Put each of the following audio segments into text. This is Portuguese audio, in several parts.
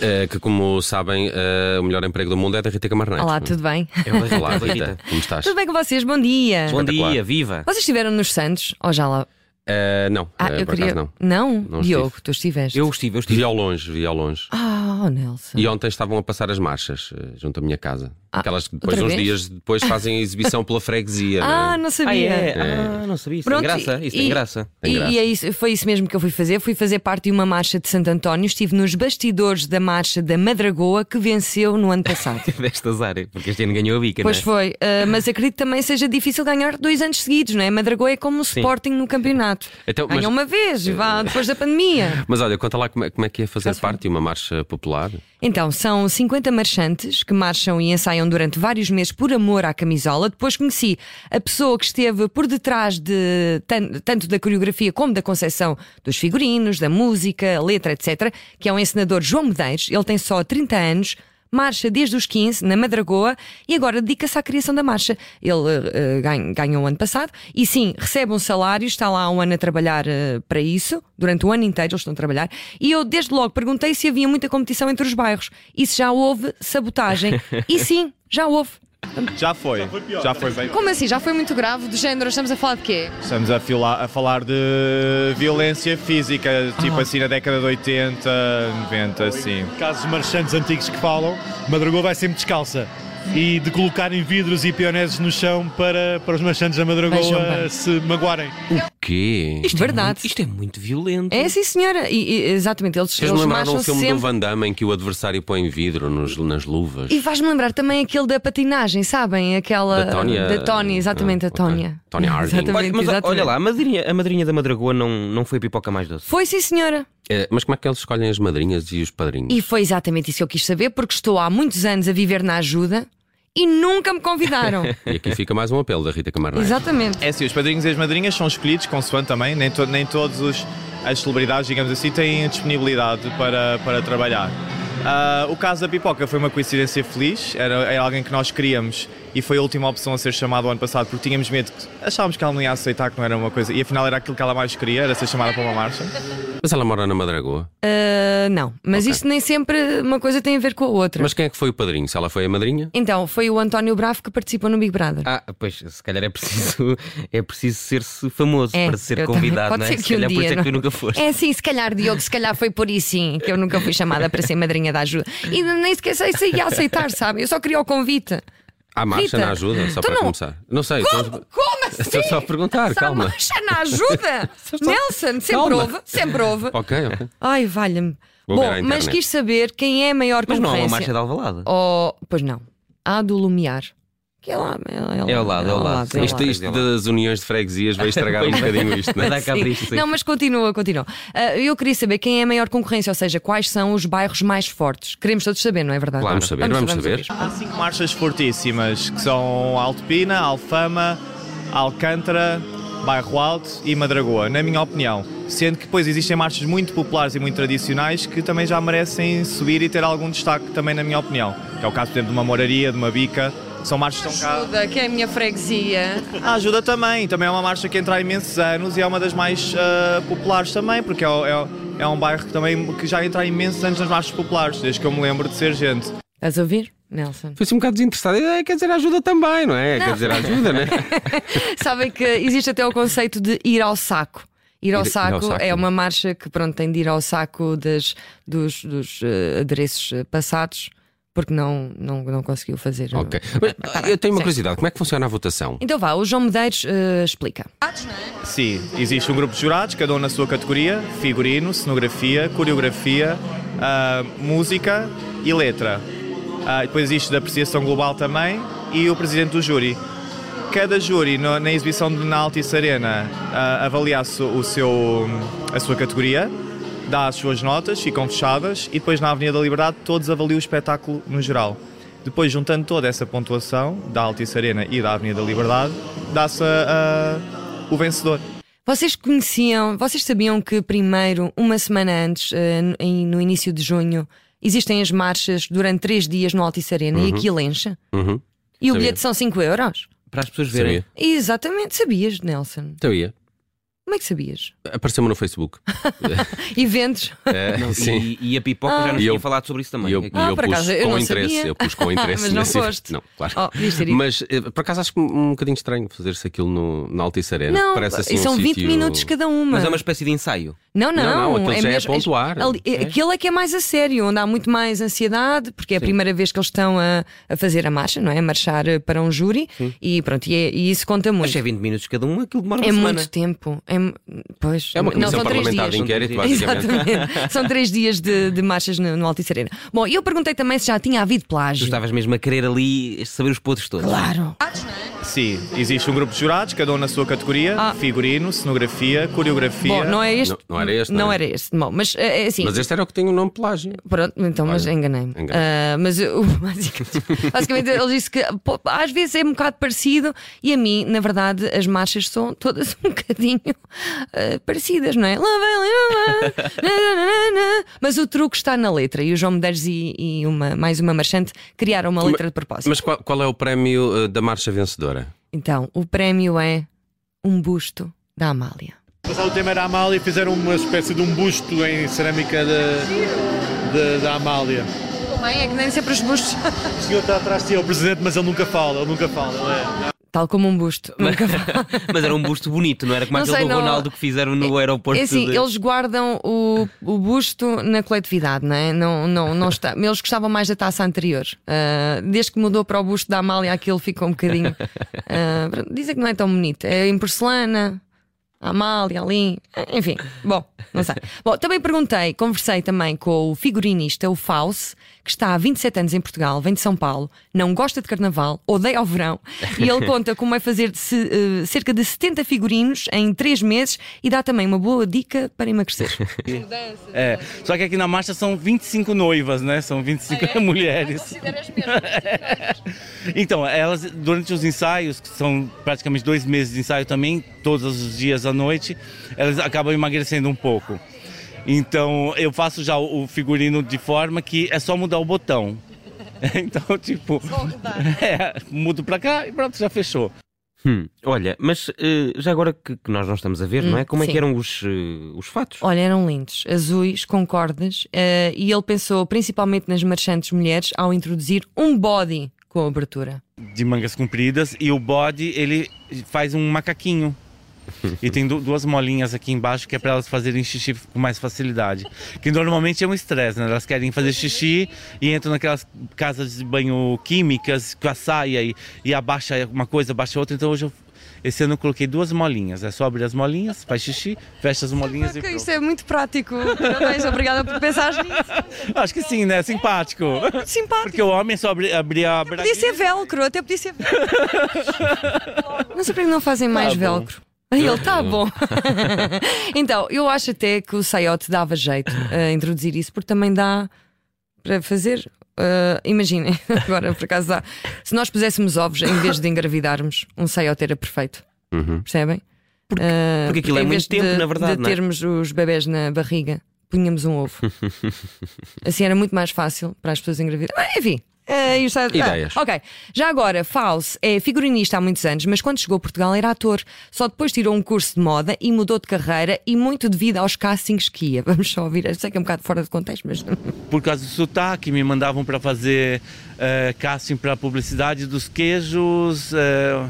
Eh, que, como sabem, eh, o melhor emprego do mundo é da Rita Camarneiro. Olá, tudo bem? É o da Rita, Olá, é o da Rita. Como estás? Tudo bem com vocês? Bom dia. Bom Espetacular. dia, viva. Vocês estiveram nos Santos? Ou já lá? Ah, Eh, não, eh, por acaso não. Não Diogo, estive. tu estiveste? Eu estive, eu Vi estive. ao longe, vi ao longe. Ah, oh, Nelson. E ontem estavam a passar as marchas eh, junto à minha casa. Aquelas que depois, Ah, outra uns vez? dias depois, fazem a exibição pela freguesia. Ah, não é? não Ah, sabia. é? Ah, não sabia. Isso Pronto, tem graça. Isso e- tem graça. Tem E, graça. e é isso, foi isso mesmo que eu fui fazer. Fui fazer parte de uma marcha de Santo António. Estive nos bastidores da marcha da Madragoa que venceu no ano passado. Deste azar, porque este ano ganhou a bica, Pois não é? foi, ah, mas acredito que também seja difícil ganhar dois anos seguidos, não é? Madragoa é como o Sporting no campeonato. Então, mas- Ganha uma vez, vá depois da pandemia. Mas olha, conta lá como é, como é que é fazer parte de uma marcha popular. Então, são 50 marchantes que marcham e ensaiam durante vários meses por amor à camisola. Depois conheci a pessoa que esteve por detrás de tan- tanto da coreografia como da concepção dos figurinos, da música, letra, etc., que é o encenador João Medeiros. Ele tem só 30 anos. Marcha desde os 15 na Madragoa e agora dedica-se à criação da marcha. Ele eh, ganha- ganhou o ano passado e sim, recebe um salário, está lá há um ano a trabalhar eh, para isso, durante o ano inteiro eles estão a trabalhar. E eu desde logo perguntei se havia muita competição entre os bairros e se já houve sabotagem. e sim, já houve. Já foi, já foi bem. Como assim? Já foi muito grave? Do género, estamos a falar de quê? Estamos a, fila- a falar de violência física, tipo assim na década de 80, 90, assim. casos marchantes antigos que falam, Madragoa vai sempre descalça. E de colocarem vidros e pioneses no chão para, para os marchantes da Vejam bem. Madragoa se magoarem. Que? Isto Verdade. É muito, isto é muito violento. É sim, senhora. E- e- exatamente, eles, Vocês eles me lembraram um marcham filme sempre. do Van Damme em que o adversário põe vidro nos- nas luvas? E faz-me lembrar também aquele da patinagem, sabem? Aquela Da Tónia? da Tónia, exatamente, Ah, a Tónia. ok. Tónia Harding. Exatamente, Olha, mas exatamente. olha lá, a madrinha, a madrinha da Madragoa não, não foi a pipoca mais doce. Foi sim, senhora. Eh, mas como é que eles escolhem as madrinhas e os padrinhos? E foi exatamente isso que eu quis saber, porque estou há muitos anos a viver na ajuda e nunca me convidaram. E aqui fica mais um apelo da Rita Camarneiro. exatamente. É assim, os padrinhos e as madrinhas são escolhidos consoante também, nem, to nem todos os, as celebridades, digamos assim, têm disponibilidade para, para trabalhar. Ah, o caso da pipoca foi uma coincidência feliz, era, era alguém que nós queríamos e foi a última opção a ser chamada o ano passado porque tínhamos medo, que- achávamos que ela não ia aceitar que não era uma coisa e afinal era aquilo que ela mais queria, era ser chamada para uma marcha. Mas ela mora na Madragoa. Ah, não, mas isso nem sempre uma coisa tem a ver com a outra. Mas quem é que foi o padrinho? Se ela foi a madrinha? Então, foi o António Bravo que participou no Big Brother. Ah, pois, se calhar é preciso, é preciso ser-se famoso É, para ser eu também. convidado, Pode não é? ser que se um calhar por dia, isso é que tu não- nunca foste. É sim, se calhar, Diogo, se calhar foi por isso sim que eu nunca fui chamada para ser madrinha da ajuda. E nem sequer sei se ia aceitar, sabe? Eu só queria o convite. Há marcha Rita, na ajuda, só tu para não- começar. Não sei. então Como, estou- como assim? Estou só a perguntar, Só calma. marcha na ajuda? Nelson, sempre Calma. houve, sempre houve. Ok, ok. Ai, valha-me. Vou ver à Bom, internet. mas quis saber quem é a maior Mas não há concorrência. uma marcha de Alvalade. Oh, pois não. Há do Lumiar. Que é lá, é, É ao lado, é ao lado, sim. é ao Isto, lado. isto das uniões de freguesias vai estragar um Pois vai. bocadinho isto, não Vai é? dar cabo disto, sim. Não, mas continua, continua. Ah, eu queria saber quem é a maior concorrência, ou seja, quais são os bairros mais fortes. Queremos todos saber, não é verdade? Vamos saber, vamos saber. Há cinco marchas fortíssimas que são Altepina, Alfama, Alcântara, Bairro Alto e Madragoa, na minha opinião. Sendo que depois existem marchas muito populares e muito tradicionais que também já merecem subir e ter algum destaque, também na minha opinião. Que é o caso, por exemplo, de uma moraria, de uma bica. São marchas que estão cá. Ajuda, que é a minha freguesia. A ajuda também, também é uma marcha que entra há imensos anos e é uma das mais ah, populares também, porque é, o- é o- é um bairro que também que já entra há imensos anos nas marchas populares, desde que eu me lembro de ser gente. Estás a ouvir, Nelson? Foi-se um bocado desinteressado. Eh, Quer dizer, ajuda também, não é? Quer dizer, ajuda, não é? Sabem que existe até o conceito de ir ao saco. Ir ao, Ir- ir saco, ao saco. é uma marcha que pronto, tem de ir ao saco das, dos, dos eh, adereços eh, passados porque não, não, não conseguiu fazer. Ok. Mas, Tá eu tenho uma Sim. curiosidade. Como é que funciona a votação? Então vá, o João Medeiros eh, explica. Sim, existe um grupo de jurados, cada um na sua categoria: figurino, cenografia, coreografia, ah, música e letra. Ah, depois existe da apreciação global também e o presidente do júri. Cada júri no- na exibição de na Altice Arena ah, avalia a, su- o seu, a sua categoria, dá as suas notas, ficam fechadas e depois na Avenida da Liberdade todos avaliam o espetáculo no geral. Depois, juntando toda essa pontuação da Altice Arena e da Avenida da Liberdade, dá-se ah, o vencedor. Vocês conheciam, vocês sabiam que primeiro, uma semana antes, eh, no- em- no início de junho, existem as marchas durante três dias no Altice Arena e aquilo enche? Uhum. E o Sabia. bilhete são 5 euros? Para as pessoas verem. Sabia? Exatamente, sabias, Nelson. Então ia. Como é que sabias? Apareceu-me no Facebook. Eventos. É, Ah, Não, sim. e, e a pipoca já Ah. nos E tinha eu- falado sobre isso E também. eu, É que- e eu Ah, por pus acaso, eu com não interesse, sabia. eu pus com interesse Mas não nesse- foste. Não, claro. Oh, devias ter ido. Mas eh, por acaso acho que um um bocadinho estranho fazer-se aquilo no, na Altice Arena. que Não, parece assim e um são 20 sítio- minutos cada uma. Mas é uma espécie de ensaio. Não, não, Não, não, aquilo já é mesmo- pontuar. ali- É. Aquele é que é mais a sério, onde há muito mais ansiedade, porque é a primeira vez que eles estão a, a fazer a marcha, não é? A marchar eh, para um júri e pronto, e, é- e isso conta Mas muito. se é 20 minutos cada um, aquilo demora uma É semana. muito tempo. É, mu- pois, É uma não, comissão são três parlamentar dias. de inquérito, São três basicamente. Exatamente. São três dias de, de marchas no, no Altice Arena. Bom, eu perguntei também se já tinha havido Tu plágio. estavas mesmo a querer ali saber os podres todos. Claro. Sim, existe um grupo de jurados, cada um na sua categoria: Ah. figurino, cenografia, coreografia. Bom, não é este. Não- não era este, Não, não é? era este. Bom, mas é é assim. Mas este era o que tem o nome plágio. Pronto, então, mas Olha, enganei-me. enganei. Ah, mas eu- basicamente, basicamente ele disse que pô, às vezes é um bocado parecido e a mim, na verdade, as marchas são todas um bocadinho ah, parecidas, não é? Lá vai, lá vai, na, na, na, na. Mas o truque está na letra e o João Medeiros e, e uma, mais uma marchante criaram uma letra de propósito. Mas qual, qual é o prémio eh, da marcha vencedora? Então, o prémio é um busto da Amália. Passado o tema era a Amália e fizeram uma espécie de um busto em cerâmica da- da- da Amália. Mãe, é que nem sempre os bustos. O senhor está atrás de ti, é o presidente, mas ele nunca fala, ele nunca fala. ele é- Tal como um busto. Nunca Mas era um busto bonito, não era como Não aquele sei, do não- Ronaldo que fizeram no aeroporto. É assim, de- eles guardam o, o busto na coletividade, não é? Não, não, não está, eles gostavam mais da taça anterior. Ah, desde que mudou para o busto da Amália, aquilo ficou um bocadinho. ah, dizem que não é tão bonito. É em porcelana. a Amália, ali, enfim, bom, não sei. Bom, também perguntei, conversei também com o figurinista, o Fauce, que está há 27 anos em Portugal, vem de São Paulo, não gosta de carnaval, odeia o verão, e ele conta como é fazer se- eh, cerca de 70 figurinos em 3 meses e dá também uma boa dica para emagrecer. É, só que aqui na marcha são 25 noivas, né? São 25 mulheres. então, elas, durante os ensaios, que são praticamente dois meses de ensaio também, todos os dias à noite, elas acabam emagrecendo um pouco. Então, eu faço já o o figurino de forma que é só mudar o botão. Então, tipo, é, mudo pra cá e pronto, já fechou. Hum, olha, mas eh, já agora que, que nós não estamos a ver, não é? Como é Hum, sim. que eram os, eh, os fatos? Olha, eram lindos, azuis, com cordas, eh, e ele pensou principalmente nas marchantes mulheres ao introduzir um body com abertura. de mangas compridas e o body ele faz um macaquinho. E tem du- duas molinhas aqui embaixo que é para elas fazerem xixi com mais facilidade. Que normalmente é um estresse, né? Elas querem fazer xixi e entram naquelas casas de banho químicas com a saia e, e abaixa uma coisa, abaixa outra. Então hoje eu, esse ano eu coloquei duas molinhas. É só abrir as molinhas, faz xixi, fecha as molinhas e pronto. é muito prático. Obrigada por pensar nisso. Acho que sim, né? Simpático. Simpático. Porque o homem só abri- abria a Podia ser braguinha. velcro, até podia ser velcro. Não sei porque não fazem Tá mais bom. velcro. Ele está bom. então, eu acho até que o Sayote dava jeito a introduzir isso, porque também dá para fazer. ah, Imaginem, agora por acaso dá. Se nós puséssemos ovos em vez de engravidarmos, um Sayote era perfeito. Percebem? Porque, Uhum. porque aquilo é em vez muito tempo, de, na verdade, De não é? termos os bebés na barriga, punhamos um ovo. Assim era muito mais fácil para as pessoas engravidar. Ah, Enfim. eh, isto é- Ideias. Ah, ok. Já agora, Faus é figurinista há muitos anos, mas quando chegou a Portugal era ator. Só depois tirou um curso de moda e mudou de carreira e muito devido aos castings que ia. Vamos só ouvir. Eu sei que é um bocado fora de contexto, mas. por causa do sotaque, me mandavam para fazer eh, casting para publicidade dos queijos, eh,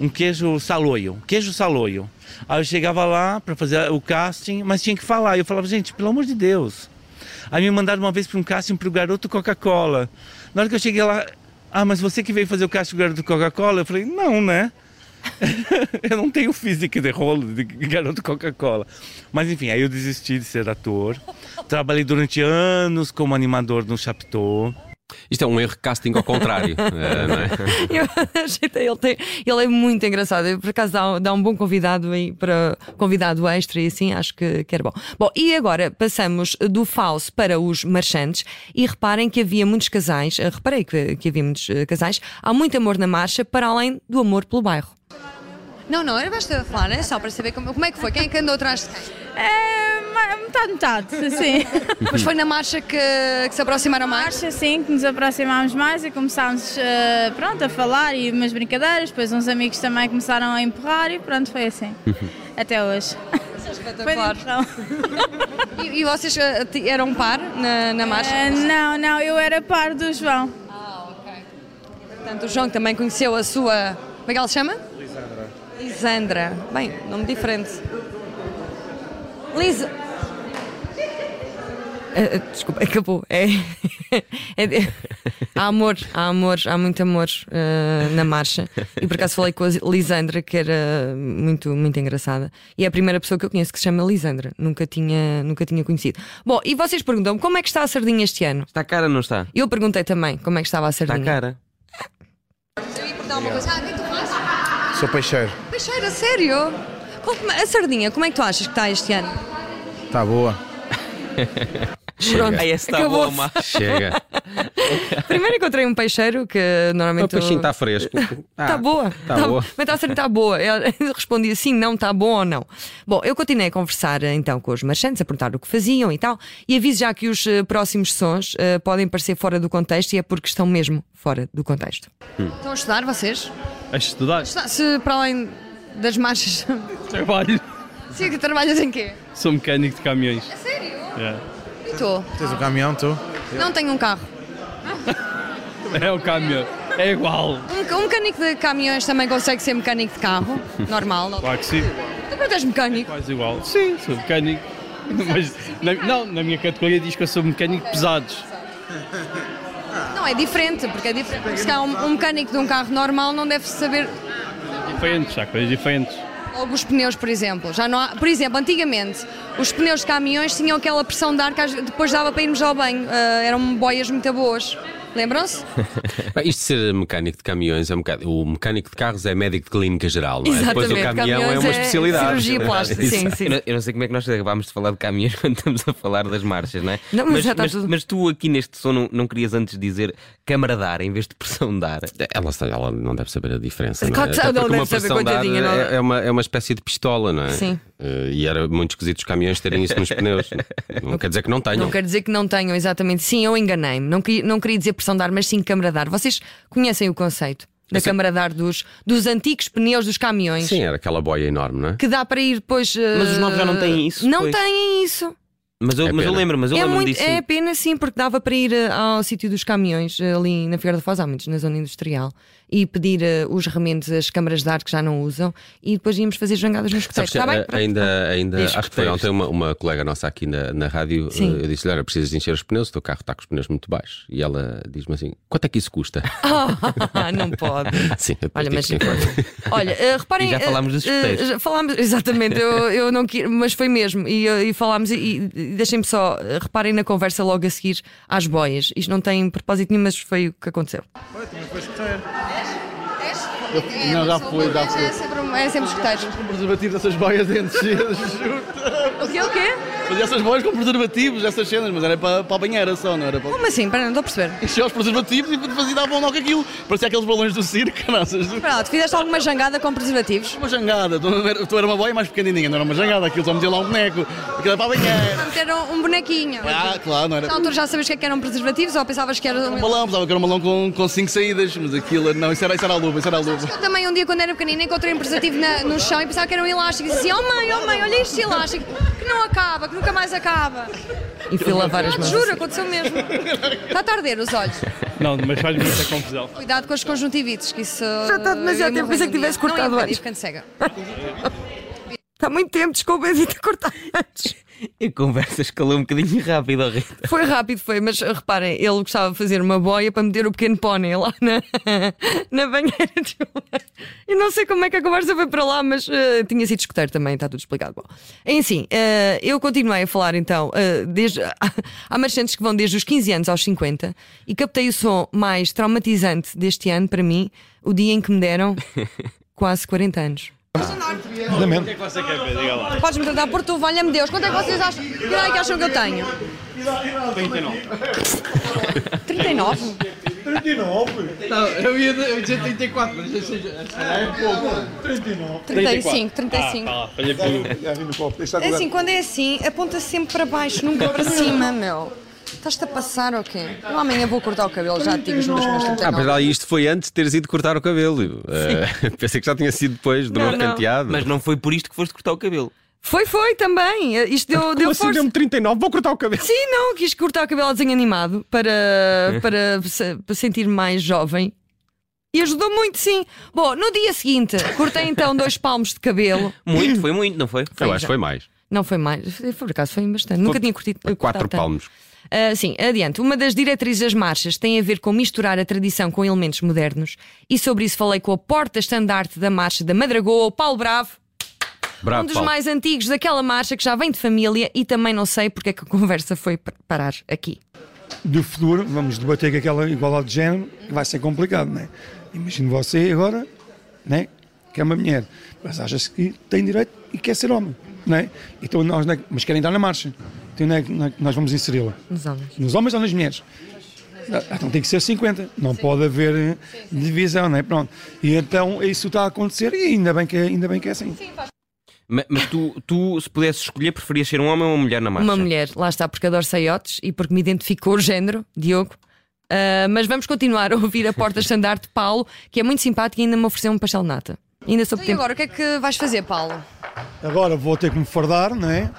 um queijo saloio, queijo saloio. Aí eu chegava lá para fazer o casting, mas tinha que falar. Eu falava, gente, pelo amor de Deus. Aí me mandaram uma vez para um casting para o Garoto Coca-Cola. Na hora que eu cheguei lá, ah, mas você que veio fazer o casting do Garoto Coca-Cola? Eu falei, não, né? eu não tenho física de rolo de garoto Coca-Cola. Mas enfim, aí eu desisti de ser ator. Trabalhei durante anos como animador no Chapitô. Isto é um erro de casting ao contrário. eh, não é? Eu achei até ele, tem, ele é muito engraçado. Eu, Por acaso dá, dá um bom convidado aí para convidado extra e assim acho que, que era bom. Bom, e agora passamos do falso para os marchantes e reparem que havia muitos casais, eh, reparei que, que havia muitos eh, casais, há muito amor na marcha, para além do amor pelo bairro. Não, não, era basta falar, é só para saber como, como é que foi, quem é que andou atrás de quem. É, ma- metade, metade, sim. Mas foi na marcha que, que se aproximaram mais? Acho assim que nos aproximámos mais e começámos eh, pronto, a falar e umas brincadeiras, depois uns amigos também começaram a empurrar e pronto, foi assim. Até hoje. é Foi de empurrão. E, e vocês eh, ti- eram par na, na marcha? Eh, não, não, eu era par do João. Ah, ok. Portanto, o João que também conheceu a sua. Como é que ela se chama? Lisandra. Lisandra. Bem, nome diferente. Lisa. Ah, ah, desculpa, acabou. É, é de- há amor, há amor, há muito amor ah, na marcha. E por acaso falei com a Lisandra, que era muito, muito engraçada. E é a primeira pessoa que eu conheço que se chama Lisandra. Nunca tinha, nunca tinha conhecido. Bom, e vocês perguntam como é que está a sardinha este ano? Está cara ou não está? Eu perguntei também como é que estava a Está sardinha. cara. Eu ia perguntar uma coisa. Ah, nem tu fazes? Sou peixeiro. Peixeira, sério? Qual- a sardinha, como é que tu achas que está este ano? Está boa. Pronto, Aí essa está acabou-se. boa, má. Chega. Primeiro encontrei um peixeiro que normalmente. Então, o peixinho eu- está fresco. Ah, Está boa. Está Tá- boa. Mas está a está boa. Eu respondi assim, não, está bom ou não. Bom, eu continuei a conversar eh, então com os marchantes, a perguntar o que faziam e tal. E aviso já que os eh, próximos sons eh, podem parecer fora do contexto e é porque estão mesmo fora do contexto. Estão a estudar vocês? A estudar. Está- Se para além das marchas. Trabalho, Sim, que trabalhas em quê? sou mecânico de caminhões. A sério? É, E tu? Tens um caminhão, tu? Não tenho um carro. é o caminhão, é igual. Um, um mecânico de caminhões também consegue ser mecânico de carro? Normal, não? Claro que sim, Tu não és mecânico? quase igual. Sim, sou mecânico. Mas na- não, na minha categoria diz que eu sou mecânico de pesados. Não, é diferente, porque é diferente. Porque Se calhar um, um mecânico de um carro normal não deve saber Diferentes, há coisas diferentes. logo os pneus, por exemplo. Já não há- por exemplo, antigamente os pneus de caminhões tinham aquela pressão de ar que às- depois dava para irmos ao banho. Ah, eram boias muito boas. Lembram-se? Bem, Isto de ser mecânico de caminhões é um bocado. O mecânico de carros é médico de clínica geral, não é? Depois o Exatamente, caminhão é caminhões uma é especialidade. cirurgia plástica, sim, Exato. sim. Eu não, eu não sei como é que nós acabámos de falar de caminhões quando estamos a falar das marchas, não é? Não, mas já está mas, tudo- mas tu aqui neste som não, não querias antes dizer câmara de ar em vez de pressão de ar. É, Ela, sa- ela não deve saber a diferença. Não é? Claro que sabe, Até não porque deve uma saber, pressão de ar coitadinha, não é? é, é uma, é uma espécie de pistola, não é? Sim. Eh, e era muito esquisito os caminhões terem isso nos pneus. Não quer dizer que não tenham. Não quero dizer que não tenham, exatamente. Sim, eu enganei-me. Não, que- não queria dizer pressão de ar, mas sim câmara de ar. Vocês conhecem o conceito da câmara de ar dos, dos antigos pneus dos caminhões? Sim, era aquela boia enorme, não é? Que dá para ir depois. Mas os novos já não têm isso, Não pois. têm isso. Mas eu, É mas eu pena. lembro, mas eu é, lembro muito, disso. é pena sim, porque dava para ir eh, ao sítio dos caminhões, eh, ali na Figueira da Foz, há muitos, na zona industrial, e pedir eh, os remendos às câmaras de ar que já não usam, e depois íamos fazer jangadas nos Sabes coteiros. que Está bem? a- eh, ainda, ainda Diz, acho que foi coteiros. ontem uma, uma colega nossa aqui na, na rádio. Sim. eh, Eu disse-lhe: Olha, precisas de encher os pneus, o teu carro está com os pneus muito baixos. E ela diz-me assim: Quanto é que isso custa? eh, Ah, não pode. Sim, eu assim, Olha, tive mas- que encontrar. Olha, eh, reparem. Tipo E já eh, falámos dos eh, escuteiros. já falámos, exatamente, eu, eu não quis, mas foi mesmo. E, eh, e falámos, e, e deixem-me só, eh, reparem na conversa logo a seguir às boias. Isto não tem propósito nenhum, mas foi o que aconteceu. não, já foi, já foi. É sempre, é sempre escuteiros. Preservativos dessas boias antes. O quê, o quê? Mas essas boias com preservativos, essas cenas, mas era para, para a banheira só, não era para. Como assim? Pera, não estou a perceber. Encheu os preservativos e fazia dava um nó com aquilo. Parecia aqueles balões do circo, caraças. Espera lá, tu fizeste alguma jangada com preservativos? Uma jangada, tu não era, tu era uma boia mais pequenininha, não era uma jangada, aquilo só metia lá um boneco, aquilo era para a banheira. Para meter um, um bonequinho. Ah, claro, não era. Na altura já sabias o que, é que eram preservativos ou pensavas que era. Um balão, pensava que era um balão com, com cinco saídas, mas aquilo, não, isso era, isso era a luva, isso era a luva. Eu também um dia quando era pequenina encontrei um preservativo na- no chão e pensava que era um elástico e dizia assim, oh mãe, oh mãe, olha este elástico que não acaba, que nunca mais acaba. E fui lavar as Ah, mãos. juro, aconteceu mesmo. Está a tarder os olhos. Não, mas faz muita confusão. Cuidado com as conjuntivites, que isso. Já está tá demasiado tempo, pensei que tivesse cortado não, antes. ficando cega. Está tá muito tempo, desculpa, eu devia ter cortado antes. A conversa escalou um bocadinho rápido, ó Rita. Foi rápido, foi, mas reparem, ele gostava de fazer uma boia para meter o pequeno pônei lá na, na banheira de uma. Eu não sei como é que a conversa foi para lá, mas eh, tinha sido escuteiro também, está tudo explicado. Bom, enfim, eh, eu continuei a falar então, eh, desde, há marchantes que vão desde os 15 anos aos 50 e captei o som mais traumatizante deste ano para mim, o dia em que me deram quase 40 anos. Podes-me tratar por tu, valha-me Deus. Quanto é que vocês acham? Que idade é que acham que eu tenho? 39. 39? 39? Não, eu ia eu dizia 34, mas já sei. já- se calhar é pouco. 39. 35, 35. Ah, falhei por- Já vi no copo. Este está É assim, quando é assim, aponta sempre para baixo, nunca para cima, meu. Estás-te a passar ou quê? Eu amanhã vou cortar o cabelo, já te digo os meus meus Ah, mas 39. lá, isto foi antes de teres ido cortar o cabelo. Eh, pensei que já tinha sido depois do Não, meu não. penteado. Mas não foi por isto que foste cortar o cabelo. Foi, foi também. Eh, Isto deu, deu assim, força. 39, vou cortar o cabelo. Sim, não, quis cortar o cabelo ao desenho animado É. para, para, se- para sentir mais jovem. E ajudou muito, sim. Bom, no dia seguinte, cortei então dois palmos de cabelo. Muito, foi muito, não foi? Eu acho que foi mais. Não foi mais, foi por acaso foi bastante. Nunca tinha curtido. cortado Quatro tanto. palmos. Ah, sim, adiante. Uma das diretrizes das marchas tem a ver com misturar a tradição com elementos modernos. E sobre isso falei com a porta-estandarte da marcha da Madragoa, o Paulo Bravo. um Bravo, dos Paulo. mais antigos daquela marcha que já vem de família e também não sei porque é que a conversa foi par- parar aqui. do futuro, vamos debater com aquela igualdade de género, que vai ser complicado, não é? Imagino você agora, não é? Que é uma mulher, mas acha-se que tem direito e quer ser homem, não é? Então nós, não é que- mas quer entrar na marcha, então não é que- não é que nós vamos inseri-la? Nos homens. Nos homens ou nas mulheres? Ah, Então tem que ser 50, não pode haver eh, divisão, não é? Pronto. E então isso está a acontecer e ainda bem que, ainda bem que é assim. Ma- Mas, tu, tu, se pudesses escolher, preferias ser um homem ou uma mulher na marcha? Uma mulher, lá está, porque adoro saiotes e porque me identificou o género, Diogo. Ah, mas vamos continuar a ouvir a porta-estandarte de Paulo, que é muito simpático e ainda me ofereceu um pastel de nata. Ainda soube E tempo. agora, o que é que vais fazer, Paulo? Agora vou ter que me fardar, não é?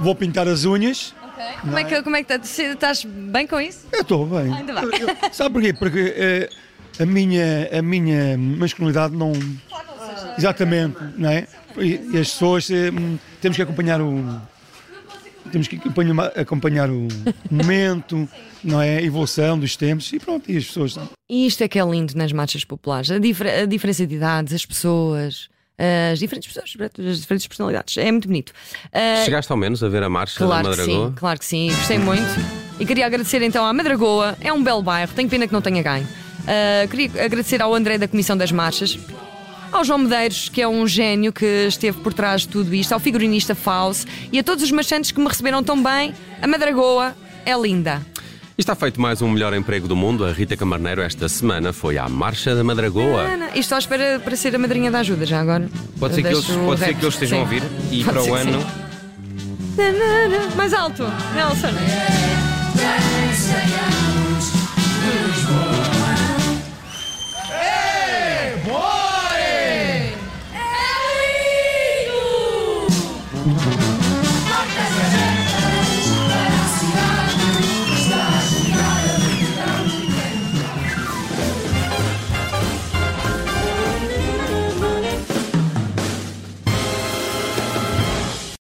Vou pintar as unhas. Como é que, como é que tá- se- estás bem com isso? Eu estou bem. Ainda bem. Eu- Sabe porquê? Porque eh, a, minha, a minha masculinidade não. Exatamente, não é? E, e as pessoas. eh, hum, temos que acompanhar o. Temos que acompanhar, acompanhar o momento, não é? A evolução dos tempos e pronto, e as pessoas estão. E isto é que é lindo nas marchas populares: a, difer- a diferença de idades, as pessoas, as diferentes pessoas, as diferentes personalidades. É muito bonito. Ah, Chegaste ao menos a ver a marcha Claro da que sim, Madragoa? claro que sim, gostei muito. E queria agradecer então à Madragoa, é um belo bairro, tenho pena que não tenha ganho. Ah, queria agradecer ao André da Comissão das Marchas, ao João Medeiros, que é um gênio que esteve por trás de tudo isto, ao figurinista Faus e a todos os marchantes que me receberam tão bem. A Madragoa é linda. E Está feito mais um melhor emprego do mundo. A Rita Camarneiro esta semana foi à Marcha da Madragoa. Ana, E estou à espera para ser a madrinha da ajuda já agora. Pode ser, que eles, Deixo o pode ser rap. que eles estejam a Sim. ouvir Pode e para ser o que sim. ano. Na, na, na. Mais alto, Nelson. Dance, Diana.